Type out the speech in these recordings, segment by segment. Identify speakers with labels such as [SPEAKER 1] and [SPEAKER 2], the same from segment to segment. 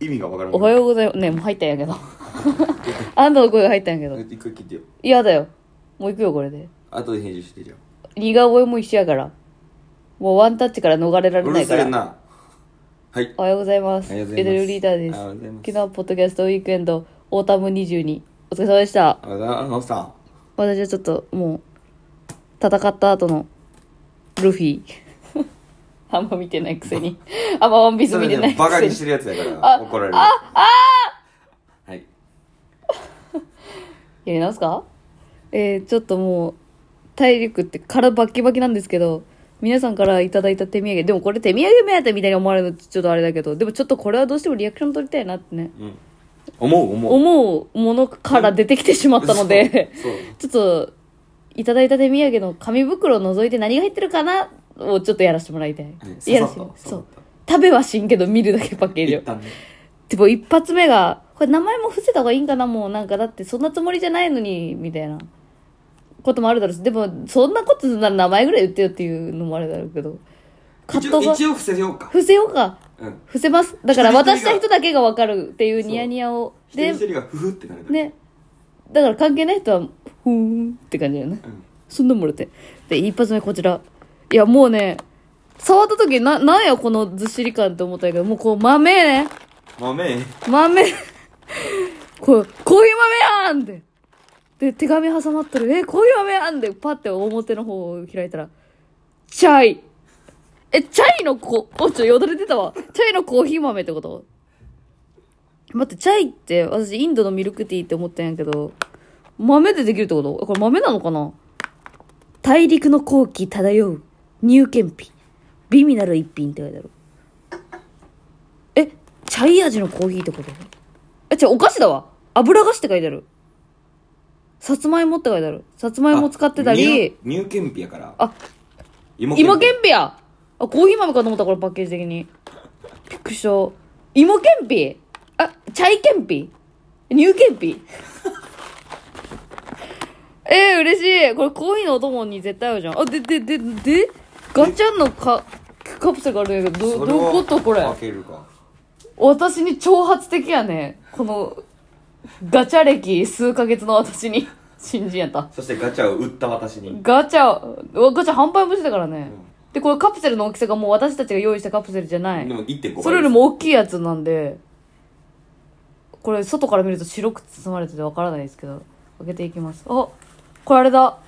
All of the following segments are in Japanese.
[SPEAKER 1] 意味がわからん
[SPEAKER 2] おはようございますねもう入ったんやけど あんたの声が入ったんやけど
[SPEAKER 1] 一回聞いてよ
[SPEAKER 2] 嫌だよもう行くよこれで
[SPEAKER 1] 後で編集してじゃん
[SPEAKER 2] 似顔絵も一緒やからもうワンタッチから逃れられ
[SPEAKER 1] う
[SPEAKER 2] な
[SPEAKER 1] る
[SPEAKER 2] いか
[SPEAKER 1] せえ
[SPEAKER 2] ら
[SPEAKER 1] なはい
[SPEAKER 2] おはようございます。
[SPEAKER 1] あり
[SPEAKER 2] ゆ
[SPEAKER 1] がとうご
[SPEAKER 2] と
[SPEAKER 1] ざいます
[SPEAKER 2] りリーダーで
[SPEAKER 1] ありがとうございます
[SPEAKER 2] す。昨日、ポッドキャストウィークエンド、オータム22。お疲れ様でした。
[SPEAKER 1] ああのさ
[SPEAKER 2] 私はちょっと、もう、戦った後の、ルフィ。 あんま見てないく せに。あんまワンピース
[SPEAKER 1] そ
[SPEAKER 2] 見
[SPEAKER 1] れ
[SPEAKER 2] て
[SPEAKER 1] で
[SPEAKER 2] ない
[SPEAKER 1] バカ
[SPEAKER 2] く
[SPEAKER 1] に
[SPEAKER 2] せ
[SPEAKER 1] し
[SPEAKER 2] に。
[SPEAKER 1] てるやつやから怒られるああはい
[SPEAKER 2] やり直すかえー、ちょっともう、体力って殻バッキバキなんですけど、皆さんからいただいた手土産、でもこれ手土産目当てみたいに思われるのちょっとあれだけど、でもちょっとこれはどうしてもリアクション取りたいなってね、
[SPEAKER 1] うん思う思う
[SPEAKER 2] 思うものから出てきてしまったので、
[SPEAKER 1] そうそう
[SPEAKER 2] ちょっと、いただいた手土産の紙袋を除いて何が入ってるかなをちょっとやらせてもらいたい。
[SPEAKER 1] はい
[SPEAKER 2] やらせて
[SPEAKER 1] ささっと
[SPEAKER 2] そう
[SPEAKER 1] さっと。
[SPEAKER 2] 食べはしんけど見るだけパッケージを
[SPEAKER 1] 一。旦ね
[SPEAKER 2] でも一発目が、これ名前も伏せた方がいいんかなもうなんかだってそんなつもりじゃないのに、みたいなこともあるだろうし、でもそんなことするなら名前ぐらい言ってよっていうのもあるだろうけど。カ
[SPEAKER 1] 一
[SPEAKER 2] ット
[SPEAKER 1] 応
[SPEAKER 2] が、
[SPEAKER 1] 一応伏せようか
[SPEAKER 2] 伏せようか。
[SPEAKER 1] うん
[SPEAKER 2] 伏せます。だから
[SPEAKER 1] 一人一人が
[SPEAKER 2] 渡した人だけがわかるっていうニヤニヤを。
[SPEAKER 1] 一人
[SPEAKER 2] で
[SPEAKER 1] 一、人がフフってなるから
[SPEAKER 2] ね。だから関係ない人は、ふーんって感じだよね。
[SPEAKER 1] うん
[SPEAKER 2] そんなんもらって。で、一発目こちら。いや、もうね、触った時な、なんやこのずっしり感って思ったんやけど、もうこう豆ね。
[SPEAKER 1] 豆
[SPEAKER 2] 豆。こう、コーヒー豆やんって。で、手紙挟まってる。え、コーヒー豆やんって、パって表の方を開いたら、チャイ。え、チャイのこ、お、ちょ、よだれ出たわ。チャイのコーヒー豆ってこと待って、チャイって、私、インドのミルクティーって思ったんやけど、豆でできるってことえこれ豆なのかな大陸の後期漂う入県品美味なる一品って書いてあるえチャイ味のコーヒーってことえ違うお菓子だわ油菓子って書いてあるさつまいもって書いてあるさつまいも使ってたり
[SPEAKER 1] 乳乳けんぴやから
[SPEAKER 2] あ
[SPEAKER 1] 芋
[SPEAKER 2] 芋けんぴやあコーヒー豆かと思ったこれパッケージ的にびっくりした芋けんぴあチャイけんぴ乳けんぴ えー、嬉しいこれコーヒーのお供に絶対合うじゃんあででででガチャンのかカプセルがあるんやけどど
[SPEAKER 1] そ
[SPEAKER 2] ど
[SPEAKER 1] れ
[SPEAKER 2] う
[SPEAKER 1] は
[SPEAKER 2] いうことこれ
[SPEAKER 1] 開けるか
[SPEAKER 2] 私に挑発的やねこのガチャ歴数ヶ月の私に新人やった
[SPEAKER 1] そしてガチャを売った私に
[SPEAKER 2] ガチャうわガチャ販売もしてたからね、でこれカプセルの大きさがもう私たちが用意したカプセルじゃな
[SPEAKER 1] で
[SPEAKER 2] い
[SPEAKER 1] も1.5倍
[SPEAKER 2] それよりも大きいやつなんでこれ外から見ると白く包まれててわからないですけど開けていきますあこれあれだ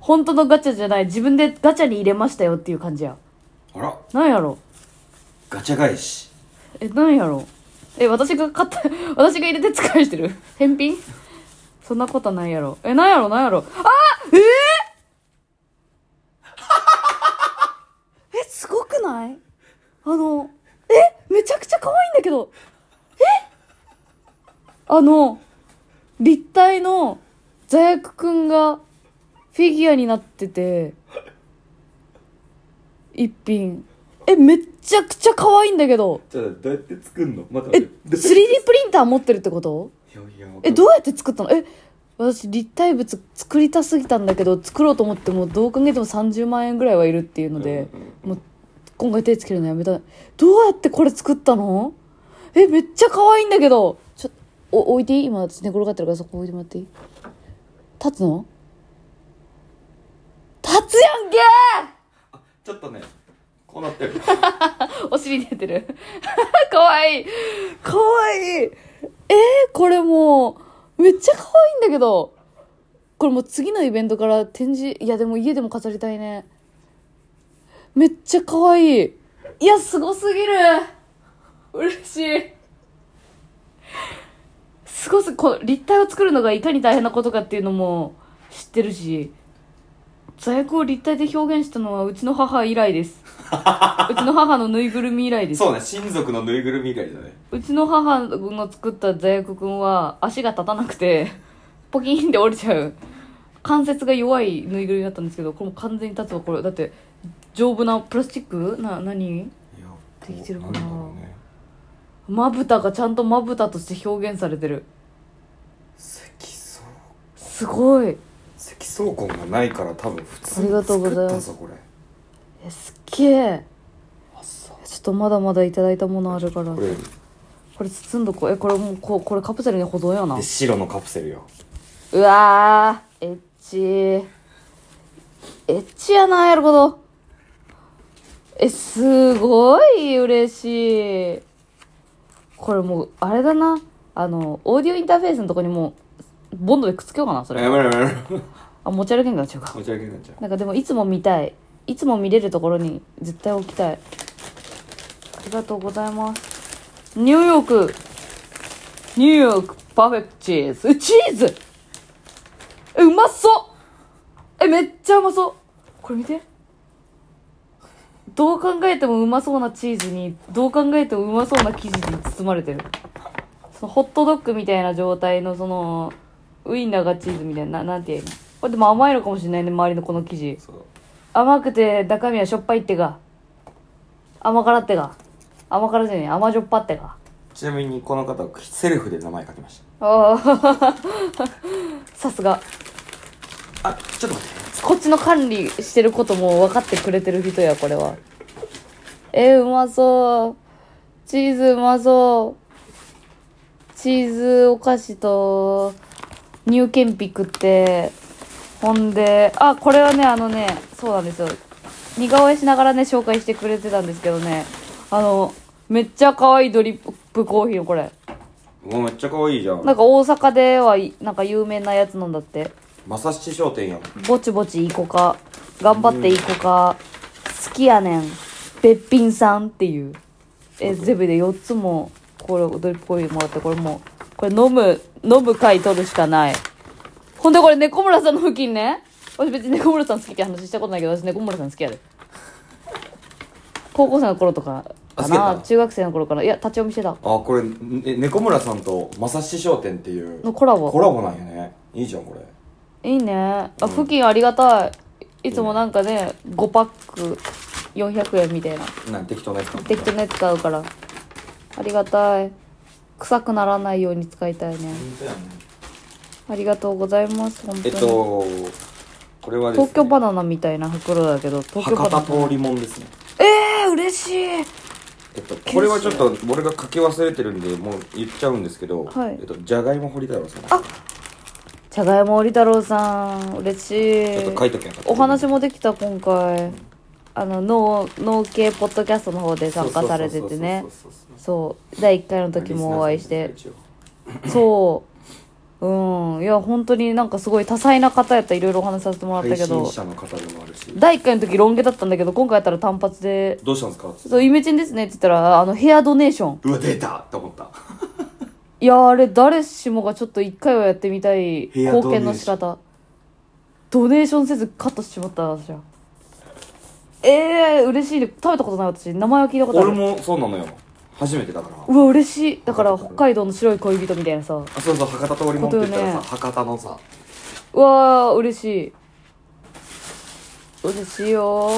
[SPEAKER 2] 本当のガチャじゃない自分でガチャに入れましたよっていう感じや
[SPEAKER 1] あら
[SPEAKER 2] なんやろ
[SPEAKER 1] ガチャ返し
[SPEAKER 2] えなんやろえ私が買った 私が入れて使いしてる返品そんなことないやろえなんやろなんやろあーえー、 えすごくないあのえめちゃくちゃ可愛いんだけどえあの立体の座薬くんがフィギュアになってて一品えめちゃくちゃ可愛いんだけど
[SPEAKER 1] じゃあどうやって作んのまた
[SPEAKER 2] え
[SPEAKER 1] い
[SPEAKER 2] 3D プリンター持ってるってこと
[SPEAKER 1] やいや
[SPEAKER 2] えどうやって作ったのえ私立体物作りたすぎたんだけど作ろうと思ってもどう考えても30万円ぐらいはいるっていうので、もう今回手つけるのやめたどうやってこれ作ったのえめっちゃ可愛いんだけどちょお置いていい今私寝転がってるからそこ置いてもらっていい立つの立つやんけ
[SPEAKER 1] ちょっとねこうなってる
[SPEAKER 2] お尻出てる。 かわいい。かわいい。えー、これもう、めっちゃかわいいんだけど。これもう次のイベントから展示、いやでも家でも飾りたいね。めっちゃかわいい。いや、すごすぎる。嬉しい。すごす、こう立体を作るのがいかに大変なことかっていうのも知ってるし、座薬を立体で表現したのはうちの母以来 です。うちの母のぬいぐるみ以来です。
[SPEAKER 1] そうね親族のぬいぐるみ以外だね
[SPEAKER 2] うちの母の作った座薬くんは足が立たなくて、 ポキーンで折れちゃう。関節が弱いぬいぐるみだったんですけど、これも完全に立つわ、これ。だって、丈夫なプラスチックな、何
[SPEAKER 1] いや
[SPEAKER 2] できてるかな
[SPEAKER 1] どうなんだろうね
[SPEAKER 2] まぶたがちゃんとまぶたとして表現されてる。
[SPEAKER 1] 積層
[SPEAKER 2] すごい。
[SPEAKER 1] 積層根がないから多分普通
[SPEAKER 2] ありがとうございます
[SPEAKER 1] 作ったぞこれ
[SPEAKER 2] え、すっげえ。
[SPEAKER 1] あそう
[SPEAKER 2] ちょっとまだまだいただいたものあるから
[SPEAKER 1] こ。れ
[SPEAKER 2] これ包んどこうえこれもうこうこれカプセルに保存やな
[SPEAKER 1] で白のカプセルよ
[SPEAKER 2] うわーエッチーエッチやなやることえすごい嬉しいこれもうあれだなあのオーディオインターフェースのとこにもうボンドでくっつけようかなそれ
[SPEAKER 1] やめろやめろ
[SPEAKER 2] あ持ち歩けんくなっちゃうか
[SPEAKER 1] 持ち上げになっちゃう
[SPEAKER 2] なんかでもいつも見たいいつも見れるところに絶対置きたいありがとうございますニューヨークニューヨークパーフェクトチーズえチーズえうまそうえめっちゃうまそうこれ見てどう考えてもうまそうなチーズにどう考えてもうまそうな生地に包まれてるそのホットドッグみたいな状態のそのウインナーがチーズみたいなななんて言えばいいのこれでも甘いのかもしれないね周りのこの生地
[SPEAKER 1] そう
[SPEAKER 2] 甘くて中身はしょっぱいってか甘辛ってか甘辛じゃねえ甘じょっぱってか
[SPEAKER 1] ちなみにこの方はセルフで名前書きまし
[SPEAKER 2] ああ さすが
[SPEAKER 1] たあちょっと待って
[SPEAKER 2] こっちの管理してることも分かってくれてる人やこれはえー、うまそうチーズうまそうチーズお菓子と乳憲ピ食ってほんであこれはねあのねそうなんですよ似顔絵しながらね紹介してくれてたんですけどねあのめっちゃ可愛いドリップコーヒーのこれ
[SPEAKER 1] もうめっちゃ可愛いじゃん
[SPEAKER 2] なんか大阪ではいなんか有名なやつなんだって
[SPEAKER 1] まさし商店やん
[SPEAKER 2] ぼちぼちいこか頑張っていこか、好きやねんべっぴんさんっていうえゼブで4つもこれドリップコーヒーもらってこれもうこれ飲む飲む回取るしかないほんでこれ猫村さんの付近ね私別に猫村さん好きって話したことないけど私猫村さん好きやで高校生の頃とか
[SPEAKER 1] あ
[SPEAKER 2] か
[SPEAKER 1] 好きやっ
[SPEAKER 2] な
[SPEAKER 1] た
[SPEAKER 2] 中学生の頃かないや立ち読みしてた
[SPEAKER 1] あこれね猫村さんとまさし商店っていう
[SPEAKER 2] のコラボ
[SPEAKER 1] コラボなんやねいいじゃんこれ
[SPEAKER 2] いいねあ付近ありがたいいつもなんかね5パック400円みたいな
[SPEAKER 1] なん適当なやつか
[SPEAKER 2] 適当なやつ買うからありがたい臭くならないように使いたいねありがとうございます本当
[SPEAKER 1] え
[SPEAKER 2] に、
[SPEAKER 1] っとこれはですね
[SPEAKER 2] 東京バナナみたいな袋だけど東京
[SPEAKER 1] 博
[SPEAKER 2] バナ
[SPEAKER 1] 多
[SPEAKER 2] ナ
[SPEAKER 1] 通りもんですね
[SPEAKER 2] えー、嬉しい
[SPEAKER 1] えっと、これはちょっと俺が書き忘れてるんでもう言っちゃうんですけど、
[SPEAKER 2] はい
[SPEAKER 1] えっと、じゃがいも堀太郎さん
[SPEAKER 2] あじゃがいも織太郎さん嬉し
[SPEAKER 1] ちょっ
[SPEAKER 2] い
[SPEAKER 1] と書いときゃよかった
[SPEAKER 2] お話もできた今回あの脳脳系ポッドキャストの方で参加されててね
[SPEAKER 1] そうそうそう
[SPEAKER 2] そう第1回の
[SPEAKER 1] そう
[SPEAKER 2] 時もお会いして
[SPEAKER 1] リスナーさんですね
[SPEAKER 2] そううんいや本当になんかすごい多彩な方やったいろいろお話しさせてもらった
[SPEAKER 1] 一応
[SPEAKER 2] けど
[SPEAKER 1] 配信者の方でもあるし
[SPEAKER 2] 第1回の時ロン毛だったんだけど今回やったら単発で
[SPEAKER 1] どうしたんですかっつ
[SPEAKER 2] 「そうイメチェンですね」って言ったら「あのヘアドネーション
[SPEAKER 1] うわ出たと思った」
[SPEAKER 2] いやあれ誰しもがちょっと1回はやってみたい
[SPEAKER 1] ヘアドネーション
[SPEAKER 2] 貢献の仕方ドネーションせずカットしてしまった私はええー、嬉しいね食べたことない私名前は聞いたことあ
[SPEAKER 1] 俺
[SPEAKER 2] る
[SPEAKER 1] もそうなのよ初めてだから
[SPEAKER 2] うわ嬉しいだから北海道の白い恋人みたいなさ
[SPEAKER 1] あそうそう博多通りもんって言ったらさ、
[SPEAKER 2] こ
[SPEAKER 1] 博多のさ
[SPEAKER 2] うわー嬉しい嬉しいよ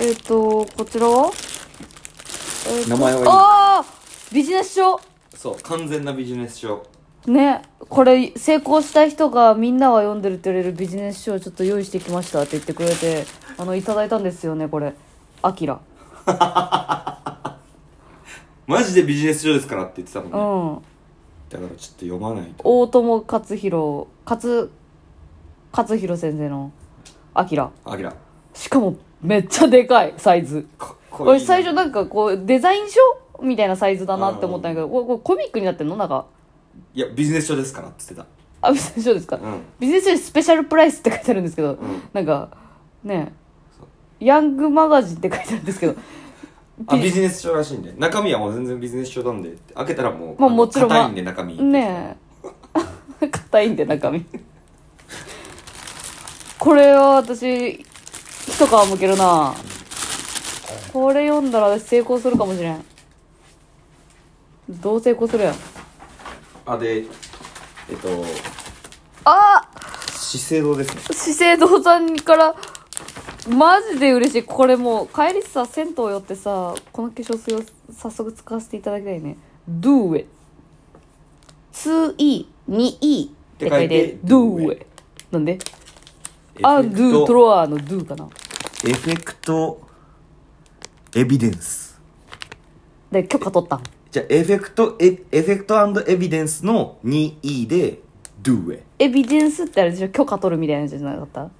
[SPEAKER 2] えっ、とこちらは、えーと
[SPEAKER 1] 名前はいい
[SPEAKER 2] ああビジネス書
[SPEAKER 1] そう完全なビジネス書
[SPEAKER 2] ねこれ成功した人がみんなは読んでるって言われるビジネス書をちょっと用意してきましたって言ってくれてあのいただいたんですよねこれアキラ
[SPEAKER 1] マジでビジネス書ですからって言ってたもん
[SPEAKER 2] う
[SPEAKER 1] ね、
[SPEAKER 2] ん
[SPEAKER 1] だからちょっと読まないと
[SPEAKER 2] 大友克弘勝勝弘先生のアキラ
[SPEAKER 1] あきら
[SPEAKER 2] しかもめっちゃでかいサイズ
[SPEAKER 1] かっこいい
[SPEAKER 2] 俺最初なんかこうデザイン書みたいなサイズだなって思ったんだけどこれこれコミックになってんのなんか
[SPEAKER 1] いやビジネス書ですからって言って
[SPEAKER 2] あビジネス書ですか、
[SPEAKER 1] たうん
[SPEAKER 2] ビジネス書にスペシャルプライスって書いてあるんですけど、
[SPEAKER 1] ん
[SPEAKER 2] なんかね
[SPEAKER 1] そう
[SPEAKER 2] ヤングマガジンって書いてあるんですけど
[SPEAKER 1] あビジネス書らしいんで中身はもう全然ビジネス書なんでって開けたらもう、
[SPEAKER 2] まあ
[SPEAKER 1] の
[SPEAKER 2] もちろん
[SPEAKER 1] 硬いんで中身
[SPEAKER 2] ねえ 硬いんで中身これは私一皮むけるなこれ読んだら私成功するかもしれんどう成功するやん
[SPEAKER 1] あでえっと
[SPEAKER 2] あ
[SPEAKER 1] 資生堂ですね
[SPEAKER 2] 資生堂さんからマジで嬉しいこれもう帰りさ銭湯寄ってさこの化粧水を早速使わせていただきたいね Do it 2E 2E って書いて
[SPEAKER 1] って書
[SPEAKER 2] Do
[SPEAKER 1] いて Do
[SPEAKER 2] it なんで
[SPEAKER 1] エフ
[SPEAKER 2] ア
[SPEAKER 1] ェ
[SPEAKER 2] ン
[SPEAKER 1] ク
[SPEAKER 2] ドゥ
[SPEAKER 1] ト
[SPEAKER 2] トロワーのドゥかな
[SPEAKER 1] エフェクトエビデンス
[SPEAKER 2] で、許可取ったん
[SPEAKER 1] じゃあエフェクトエエフェクトエビデンスの 2E で Do it
[SPEAKER 2] エビデンスってあれでしょ許可取るみたいなやつじゃなかった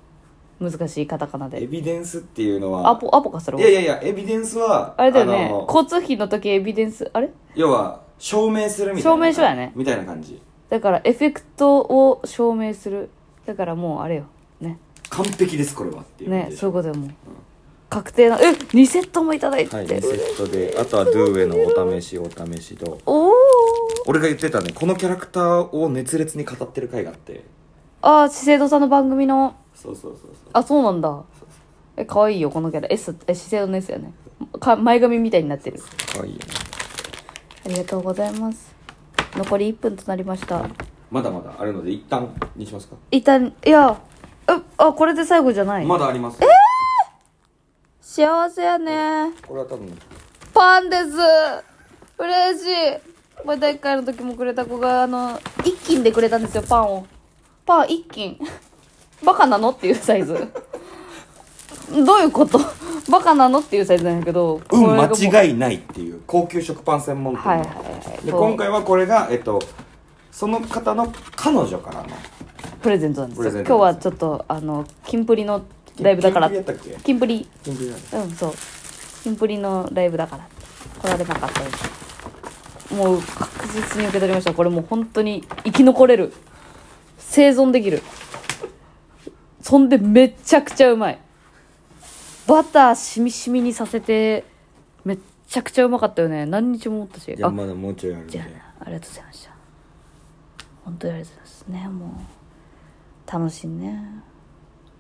[SPEAKER 2] 難しいカタカナ
[SPEAKER 1] エ
[SPEAKER 2] で。
[SPEAKER 1] ビデンスっていうのは
[SPEAKER 2] アポ、アポかそれ
[SPEAKER 1] いやいやいやエビデンスは
[SPEAKER 2] あれだよね
[SPEAKER 1] あ。の
[SPEAKER 2] 交通費の時エビデンス、あれ
[SPEAKER 1] 要は証明するみたいな
[SPEAKER 2] 証明書やね
[SPEAKER 1] みたいな感じ
[SPEAKER 2] だからエフェクトを証明する。だからもうあれよ。ね。
[SPEAKER 1] 完璧ですこれはっていう感
[SPEAKER 2] ね
[SPEAKER 1] じ、で
[SPEAKER 2] そういうことよ、もう。確定な、え !2 セットもいただいて
[SPEAKER 1] はい
[SPEAKER 2] て。
[SPEAKER 1] 2セットであとは Do it のお試しお試しと
[SPEAKER 2] おー
[SPEAKER 1] 俺が言ってたねこのキャラクターを熱烈に語ってる回があって
[SPEAKER 2] あー、資生堂さんの番組の、
[SPEAKER 1] そうそうそうそう
[SPEAKER 2] あ、そうなんだ。え、可愛いよ、このキャラ。S、え、資生堂の S よね。か前髪みたいになってる。
[SPEAKER 1] かわいいよね
[SPEAKER 2] ありがとうございます。残り1分となりました。
[SPEAKER 1] まだまだあるので一旦にしますか、
[SPEAKER 2] 一旦、いや、え、あ、これで最後じゃない、
[SPEAKER 1] まだあります
[SPEAKER 2] 幸せやね。
[SPEAKER 1] これは多分
[SPEAKER 2] パンです嬉しいまあ第1回の時もくれた子が、あの、一斤でくれたんですよ、パンを。パン一斤。バカなのっていうサイズ。どういうことバカなのっていうサイズなんやけど。
[SPEAKER 1] 運
[SPEAKER 2] これがもう
[SPEAKER 1] 間違いないっていう高級食パン専門店の、
[SPEAKER 2] はいはいはい
[SPEAKER 1] で
[SPEAKER 2] そう
[SPEAKER 1] 今回はこれがえっとその方の彼女からの
[SPEAKER 2] プレゼントなんですよ。
[SPEAKER 1] プレゼン
[SPEAKER 2] 今
[SPEAKER 1] ト
[SPEAKER 2] 日
[SPEAKER 1] なん
[SPEAKER 2] は
[SPEAKER 1] で
[SPEAKER 2] ちょっと、あの、キンプリのライブだから。
[SPEAKER 1] キンプリやったっけ
[SPEAKER 2] キンプリ。
[SPEAKER 1] キンプリなんです
[SPEAKER 2] うん、そう。キンプリのライブだからって。来られなかったですもう確実に受け取りました。これもう本当に生き残れる。生存できる。そんでめちゃくちゃうまい。バターしみしみにさせて、めっちゃくちゃうまかったよね。何日も持ったし。
[SPEAKER 1] い
[SPEAKER 2] あ
[SPEAKER 1] やまだもうちょいあるん
[SPEAKER 2] じ
[SPEAKER 1] で
[SPEAKER 2] ゃあありがとうございました本当にありがとうございますねもう楽しいね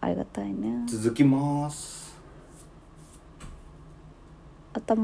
[SPEAKER 2] ありがたいね
[SPEAKER 1] 続きます
[SPEAKER 2] 頭